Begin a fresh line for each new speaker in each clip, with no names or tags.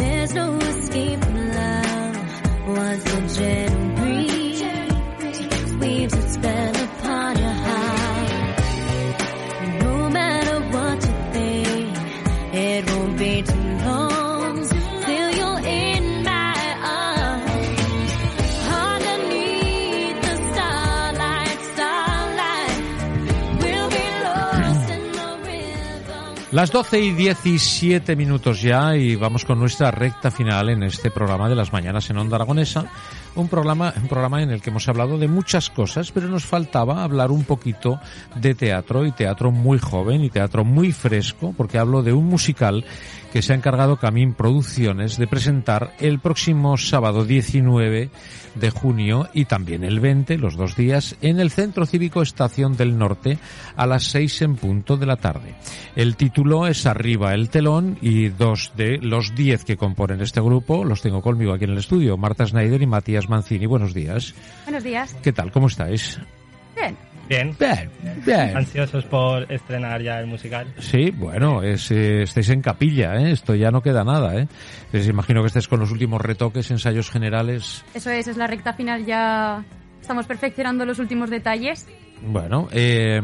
There's no escape from love. Was the jet breeze? Waves that spell upon your heart. No matter what you think, it won't be too long till you're in my arms. Underneath the starlight, starlight, we'll be lost in the rhythm.
Las 12 y 17 minutos ya y vamos con nuestra recta final en este programa de las mañanas en Onda Aragonesa. Un programa, un programa en el que hemos hablado de muchas cosas, pero nos faltaba hablar un poquito de teatro y teatro muy joven y teatro muy fresco, porque hablo de un musical que se ha encargado Camín Producciones de presentar el próximo sábado 19 de junio y también el 20, los dos días, en el Centro Cívico Estación del Norte a las 6 en punto de la tarde. El título es Arriba el telón y dos de los 10 que componen este grupo los tengo conmigo aquí en el estudio, Marta Schneider y Matías Mancini. Buenos días.
Buenos días.
¿Qué tal? ¿Cómo estáis?
Bien.
Bien,
Bien, bien.
ansiosos por estrenar ya el musical.
Sí, bueno, es, eh, estáis en capilla, ¿eh? esto ya no queda nada. ¿eh? Les imagino que estáis con los últimos retoques, ensayos generales.
Eso es, es la recta final ya. Estamos perfeccionando los últimos detalles.
Bueno, eh,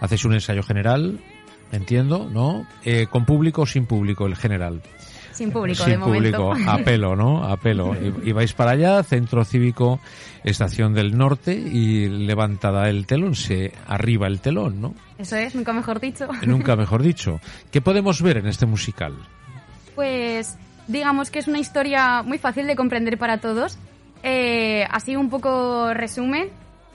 hacéis un ensayo general, entiendo, ¿no? Eh, ¿Con público o sin público el general?
Sin público, de
sin
momento.
público, a pelo, ¿no? A pelo. Y, y vais para allá, Centro Cívico, Estación del Norte, y levantada el telón, se arriba el telón, ¿no?
Eso es, nunca mejor dicho.
Nunca mejor dicho. ¿Qué podemos ver en este musical?
Pues digamos que es una historia muy fácil de comprender para todos. Eh, así un poco resumen,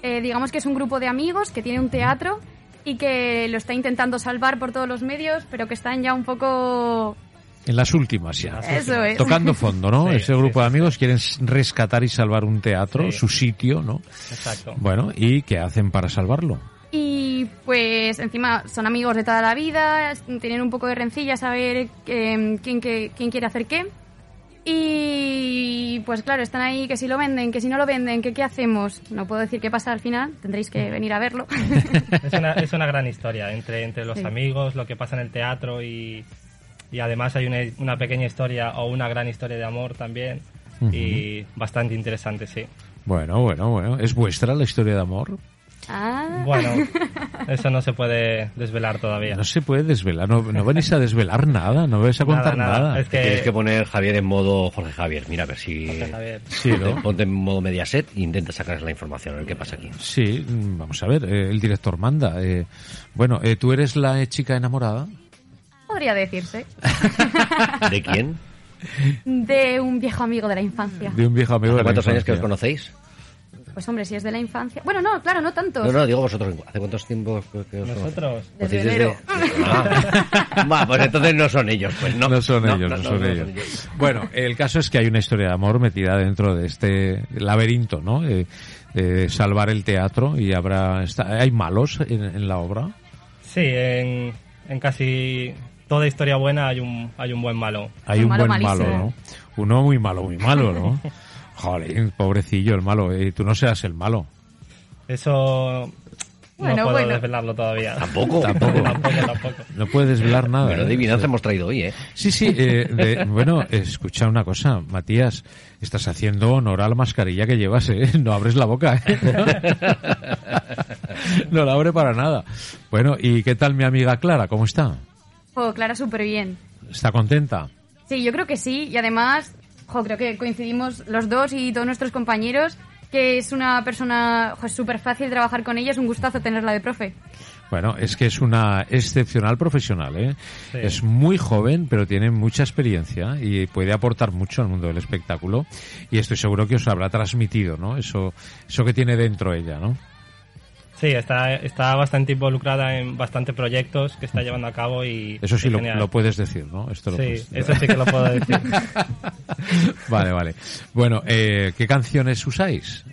eh, digamos que es un grupo de amigos que tiene un teatro y que lo está intentando salvar por todos los medios, pero que están ya un poco...
En las últimas ya.
Eso es.
Tocando fondo, ¿no?
Sí,
Ese
sí,
grupo de
sí,
amigos quieren rescatar y salvar un teatro,
Sí.
su sitio, ¿no?
Exacto.
Bueno, ¿y qué hacen para salvarlo?
Y pues encima son amigos de toda la vida, es- tienen un poco de rencilla saber eh, quién, qué- quién quiere hacer qué. Y pues claro, están ahí que si lo venden, que si no lo venden, que qué hacemos. No puedo decir qué pasa al final, tendréis que venir a verlo.
Es una, es una gran historia entre, entre los
Sí.
amigos, lo que pasa en el teatro y, y además hay una, una pequeña historia o una gran historia de amor también y bastante interesante, sí.
Bueno, bueno, bueno. ¿Es vuestra la historia de amor?
Ah.
Bueno, eso no se puede desvelar todavía.
No se puede desvelar, no, no venís a desvelar nada, no vais a contar nada.
Es
Tienes
que...
que poner Javier en modo Jorge Javier. Mira, a ver si.
A ver,
Sí, ¿no?
Ponte- Ponte en modo Mediaset e intenta sacar la información, a ver qué pasa aquí.
Sí, mm, vamos a ver, eh, el director manda. eh, bueno, eh, ¿tú eres la eh, chica enamorada?
Podría decirse.
¿De quién?
De un viejo amigo de la infancia.
De un viejo amigo de la
¿Hace cuántos años que os
infancia.
conocéis?
Pues hombre, si es de la infancia. Bueno, no, claro, no tanto.
No, no, digo vosotros. ¿Hace cuántos tiempos que que os conocéis? Pues
nosotros...
Desde
¿Conocéis desde-
enero.
Ah. Va, pues entonces no son ellos, pues no.
No, son ellos, no, son,
no
ellos. Bueno, el caso es que hay una historia de amor metida dentro de este laberinto, ¿no? Eh, eh, salvar el teatro y habrá... está- ¿Hay malos en, en la obra?
Sí, en, en casi toda historia buena hay un, hay un buen malo.
Hay
Un
un
malo
buen malo, ¿no?
malísimo.
Uno muy malo, muy malo, ¿no? Jolín, pobrecillo el malo. eh, tú no seas el malo.
Eso...
Bueno,
no puedo
bueno.
desvelarlo todavía.
Tampoco.
Tampoco.
tampoco, tampoco.
No puedes desvelar nada.
Pero
¿eh?
adivinanza hemos traído hoy, ¿eh?
Sí, sí. eh, de- bueno, escucha una cosa, Matías. Estás haciendo honor a la mascarilla que llevas, ¿eh? No abres la boca, ¿eh? No la abre para nada. Bueno, ¿y qué tal mi amiga Clara? ¿Cómo está?
Oh, Clara, súper bien.
¿Está contenta?
Sí, yo creo que sí. Y además, jo, creo que coincidimos los dos y todos nuestros compañeros que es una persona jo, súper fácil trabajar con ella. Es un gustazo tenerla de profe.
Bueno, es que es una excepcional profesional, ¿eh?
Sí.
Es muy joven, pero tiene mucha experiencia y puede aportar mucho al mundo del espectáculo. Y estoy seguro que os habrá transmitido, ¿no? Eso, eso que tiene dentro ella, ¿no?
Sí, está, está bastante involucrada en bastantes proyectos que está llevando a cabo y...
Eso sí
es
lo,
genial.
lo puedes decir, ¿no? Esto lo
Sí,
puedes-
eso sí que lo puedo decir.
Vale, vale. Bueno, eh, ¿qué canciones usáis?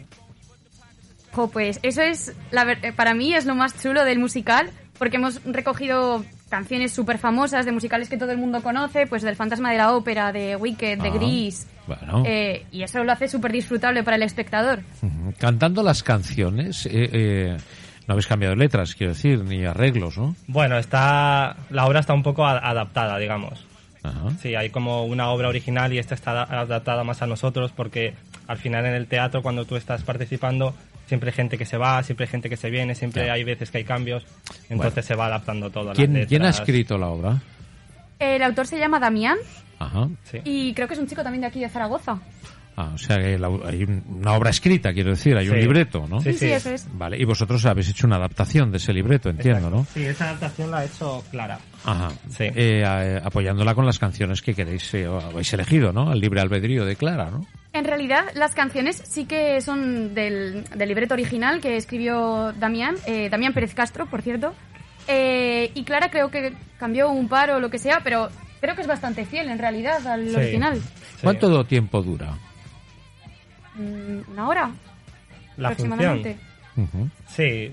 Jo, pues eso es, la ver- eh, para mí es lo más chulo del musical, porque hemos recogido canciones súper famosas de musicales que todo el mundo conoce, pues del Fantasma de la Ópera, de Wicked, de
Ah,
Gris.
bueno.
eh, y eso lo hace súper disfrutable para el espectador.
Ujú. Cantando las canciones, eh, eh, no habéis cambiado letras, quiero decir, ni arreglos, ¿no?
Bueno, está la obra está un poco a- adaptada, digamos.
Ajá.
Sí, hay como una obra original y esta está ada- adaptada más a nosotros porque al final en el teatro cuando tú estás participando siempre hay gente que se va, siempre hay gente que se viene, siempre hay veces que hay cambios, entonces
Bueno.
se va adaptando todo. las
¿Quién, quién ha
letras.
escrito la obra?
El autor se llama Damián
Ajá.
Sí.
y creo que es un chico también de aquí de Zaragoza.
Ah, o sea, que la- hay un- una obra escrita, quiero decir, hay un
Sí.
libreto, ¿no?
Sí,
sí, eso es.
Vale, y vosotros habéis hecho una adaptación de ese libreto, entiendo,
Exacto.
¿no?
Sí, esa adaptación la ha hecho Clara.
Ajá.
Sí.
Eh, a- eh, apoyándola con las canciones que queréis, eh, o habéis elegido, ¿no? El libre albedrío de Clara, ¿no?
En realidad, las canciones sí que son del, del libreto original que escribió Damián, eh, Damián Pérez Castro, por cierto. Eh, y Clara creo que cambió un par o lo que sea, pero creo que es bastante fiel en realidad al
Sí.
original.
Sí.
¿Cuánto tiempo dura?
Mm, ¿Una hora?
la función?
aproximadamente.
Ujú.
Sí,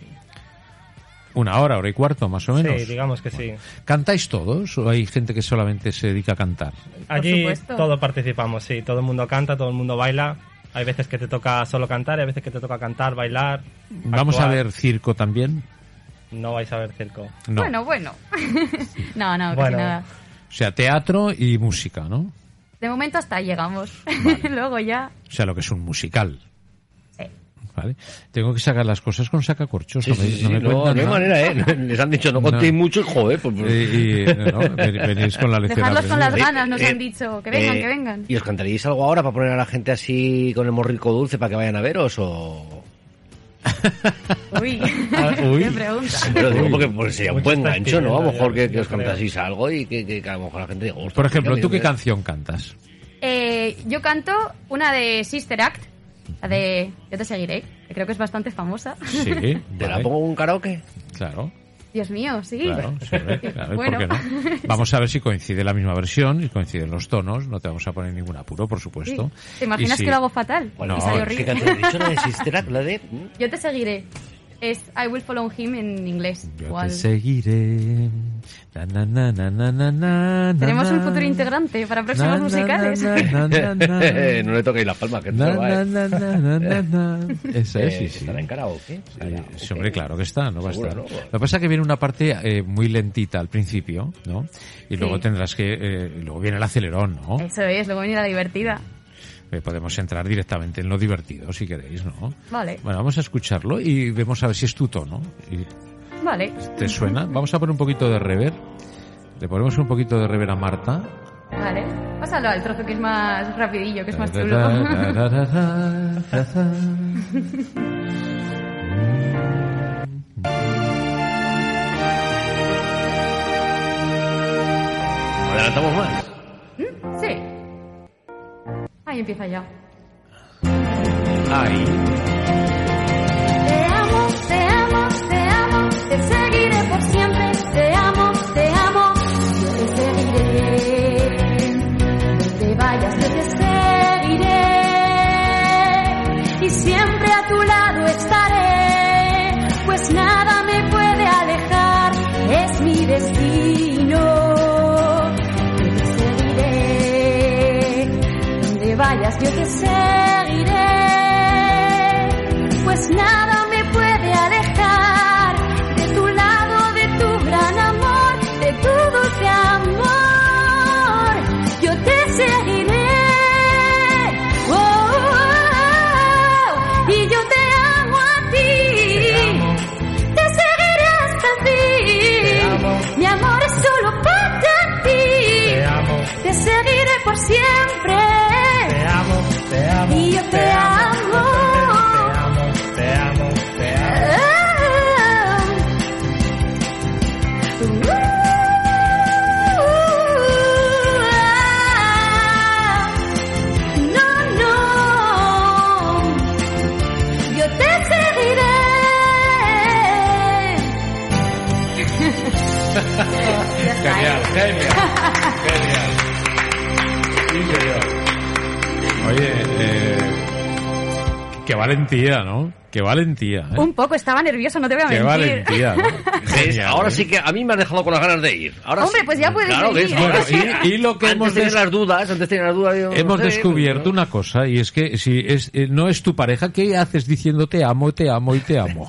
Una hora, hora y cuarto, más o menos.
sí, digamos que sí.
¿Cantáis todos o hay gente que solamente se dedica a cantar?
Allí
supuesto.
todos participamos, sí, todo el mundo canta, todo el mundo baila. Hay veces que te toca solo cantar, hay veces que te toca cantar, bailar.
¿Vamos
actuar.
a ver circo también?
No vais a ver circo.
No.
Bueno, bueno. no, no, casi
Bueno.
nada.
O sea, teatro y música, ¿no?
De momento hasta ahí llegamos. Luego ya.
O sea, lo que es un musical.
Sí.
¿Vale? Tengo que sacar las cosas con sacacorchos. no me, no me cuentan
no, no hay
nada.
manera, ¿eh? Les han dicho, no
No.
contéis mucho, y, joder, pues... pues-
Eh, y, no, no, ven- venís con la lección
Dejadlos con las
aprendida.
ganas, nos
Eh,
han dicho. Que vengan,
eh,
que vengan.
¿Y os cantaríais algo ahora para poner a la gente así con el morrico dulce para que vayan a veros o...?
Uy.
Ah,
uy.
Qué pregunta.
Pero digo porque pues, sería un
Mucho
buen
está
gancho, ¿no? A lo
pidiendo,
mejor
yo-
que, que
yo
os
creo.
cantaseis algo y que, que- que a lo mejor la gente diga... "Ostras,
Por ejemplo,
mira,
¿tú qué
mira,
canción cantas?
Eh, yo canto una de Sister Act, la de Yo te seguiré, que creo que es bastante famosa.
Sí,
¿Te la
vale,
pongo en un karaoke?
Claro.
Dios mío, sí.
Claro, sobre, claro, ¿y
Bueno.
por qué no? Vamos a ver si coincide la misma versión y coinciden los tonos. No te vamos a poner ningún apuro, por
Sí.
supuesto.
¿Te imaginas
Y si-
que lo hago fatal?
Pues
Bueno,
Y sale
es
¿Qué
horrible.
canción he dicho? ¿La de Sister Act? ¿La de...? mm,
Yo te seguiré. Es I will follow him en inglés.
Yo
Igual.
te seguiré. Na, na, na, na, na, na, na,
Tenemos
na,
un futuro
na.
integrante para próximos musicales.
na, na, na, na.
Eh, no le toquéis las palmas, que no
Na,
se va,
na,
¿eh?
na, na, na, na, na. Esa es,
Eh,
sí, sí.
¿Estará en karaoke?
Sí,
Karaoke.
sí, hombre, claro que está, no va a estar.
Seguro, ¿no?
Lo que pasa es que viene una parte eh, muy lentita al principio, ¿no? Y luego
Sí.
tendrás que. eh, luego viene el acelerón, ¿no?
Eso es, luego viene la divertida.
Eh, podemos entrar directamente en lo divertido, si queréis, ¿no?
Vale.
Bueno, vamos a escucharlo y vemos a ver si es tu tono. Y-
Vale.
¿Te suena? Vamos a poner un poquito de rever. Le ponemos un poquito de rever a Marta.
Vale. Pásalo al trozo que es más rapidillo, que es más chulo.
¿Adelantamos más?
Sí. Ahí empieza ya.
Ahí.
Te amo, te amo, te amo, te seguiré por siempre. Te amo, te amo, yo te seguiré. No te vayas, yo te seguiré. Y siempre a tu lado estaré, pues nada me puede alejar. Es mi destino. Yo te seguiré. Donde vayas, yo te seguiré. Pues nada me puede alejar de tu lado, de tu gran amor, de tu dulce amor. Yo te seguiré. Oh, oh, oh, y yo te amo a ti. Te seguiré hasta el fin. Mi amor es solo para ti.
Te amo,
Te seguiré por siempre
te amo, te amo.
y yo te amo.
Te amo, te amo, te amo.
Ah. Uh, ah. No, no, yo te seguiré.
Oye, eh, qué valentía, ¿no? Qué valentía. ¿eh?
Un poco, estaba nervioso, no te voy a
Qué
mentir.
valentía. ¿no?
¿Ves?
Genial,
Ahora
¿eh?
sí que a mí me has dejado con las ganas de ir. Ahora
Hombre,
sí.
pues ya puedes
Claro,
venir.
¿ves? Ahora sí.
Bueno, y- y lo que
antes
hemos
tenías
des-
las dudas, antes tenías las dudas. yo no
Hemos
sé,
descubierto
pero-
una cosa y es que si es eh, no es tu pareja, ¿qué haces diciendo te amo, te amo y te amo?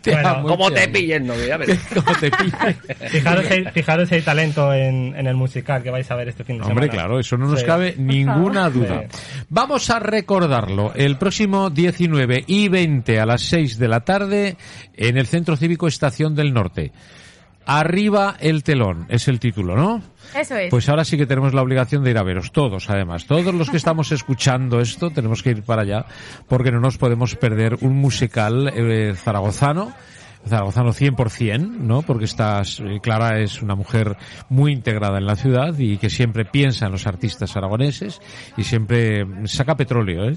te
Bueno,
amo y
¿Cómo te
amo.
pillen? No, ya ves.
¿Cómo te pillan?
Fijaros si hay, fijaros si hay talento en, en el musical que vais a ver este fin de semana.
Hombre, claro, eso no nos
Sí.
cabe ninguna duda.
Sí.
Vamos a recordarlo. El próximo 19 y 20 a las 6 de la tarde en el Centro Cívico Estación del Norte. Arriba el telón, es el título, ¿no?
Eso es.
Pues ahora sí que tenemos la obligación de ir a veros, todos además, todos los que estamos escuchando esto tenemos que ir para allá porque no nos podemos perder un musical eh, zaragozano. Zaragozano 100%, ¿no? Porque estás, eh, Clara es una mujer muy integrada en la ciudad y que siempre piensa en los artistas aragoneses y siempre saca petróleo, ¿eh?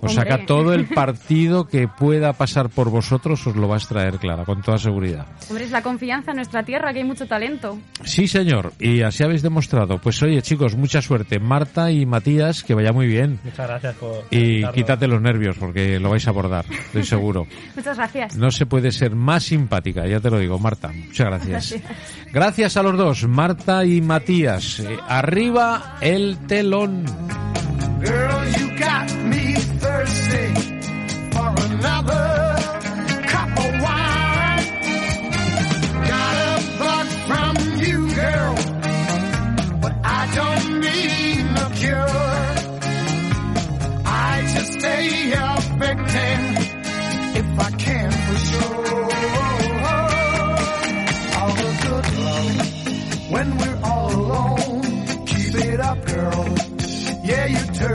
Os
Hombre.
saca todo el partido que pueda pasar por vosotros, os lo va a extraer, Clara, con toda seguridad.
Hombre, es la confianza en nuestra tierra, que hay mucho talento.
Sí, señor, y así habéis demostrado. Pues oye, chicos, mucha suerte. Marta y Matías, que vaya muy bien.
Muchas gracias por.
Y
invitarnos.
quítate los nervios porque lo vais a abordar, estoy seguro.
Muchas gracias.
No se puede ser más simpática, ya te lo digo, Marta. Muchas gracias. Gracias a los dos, Marta y Matías. Eh, arriba el telón.
Girl, you got me thirsty for another cup of wine. Got a bug from you, girl, but I don't need no cure. I just stay here victim if I can for sure. All the good love when we're all alone. Keep it up, girl. Yeah, you turn.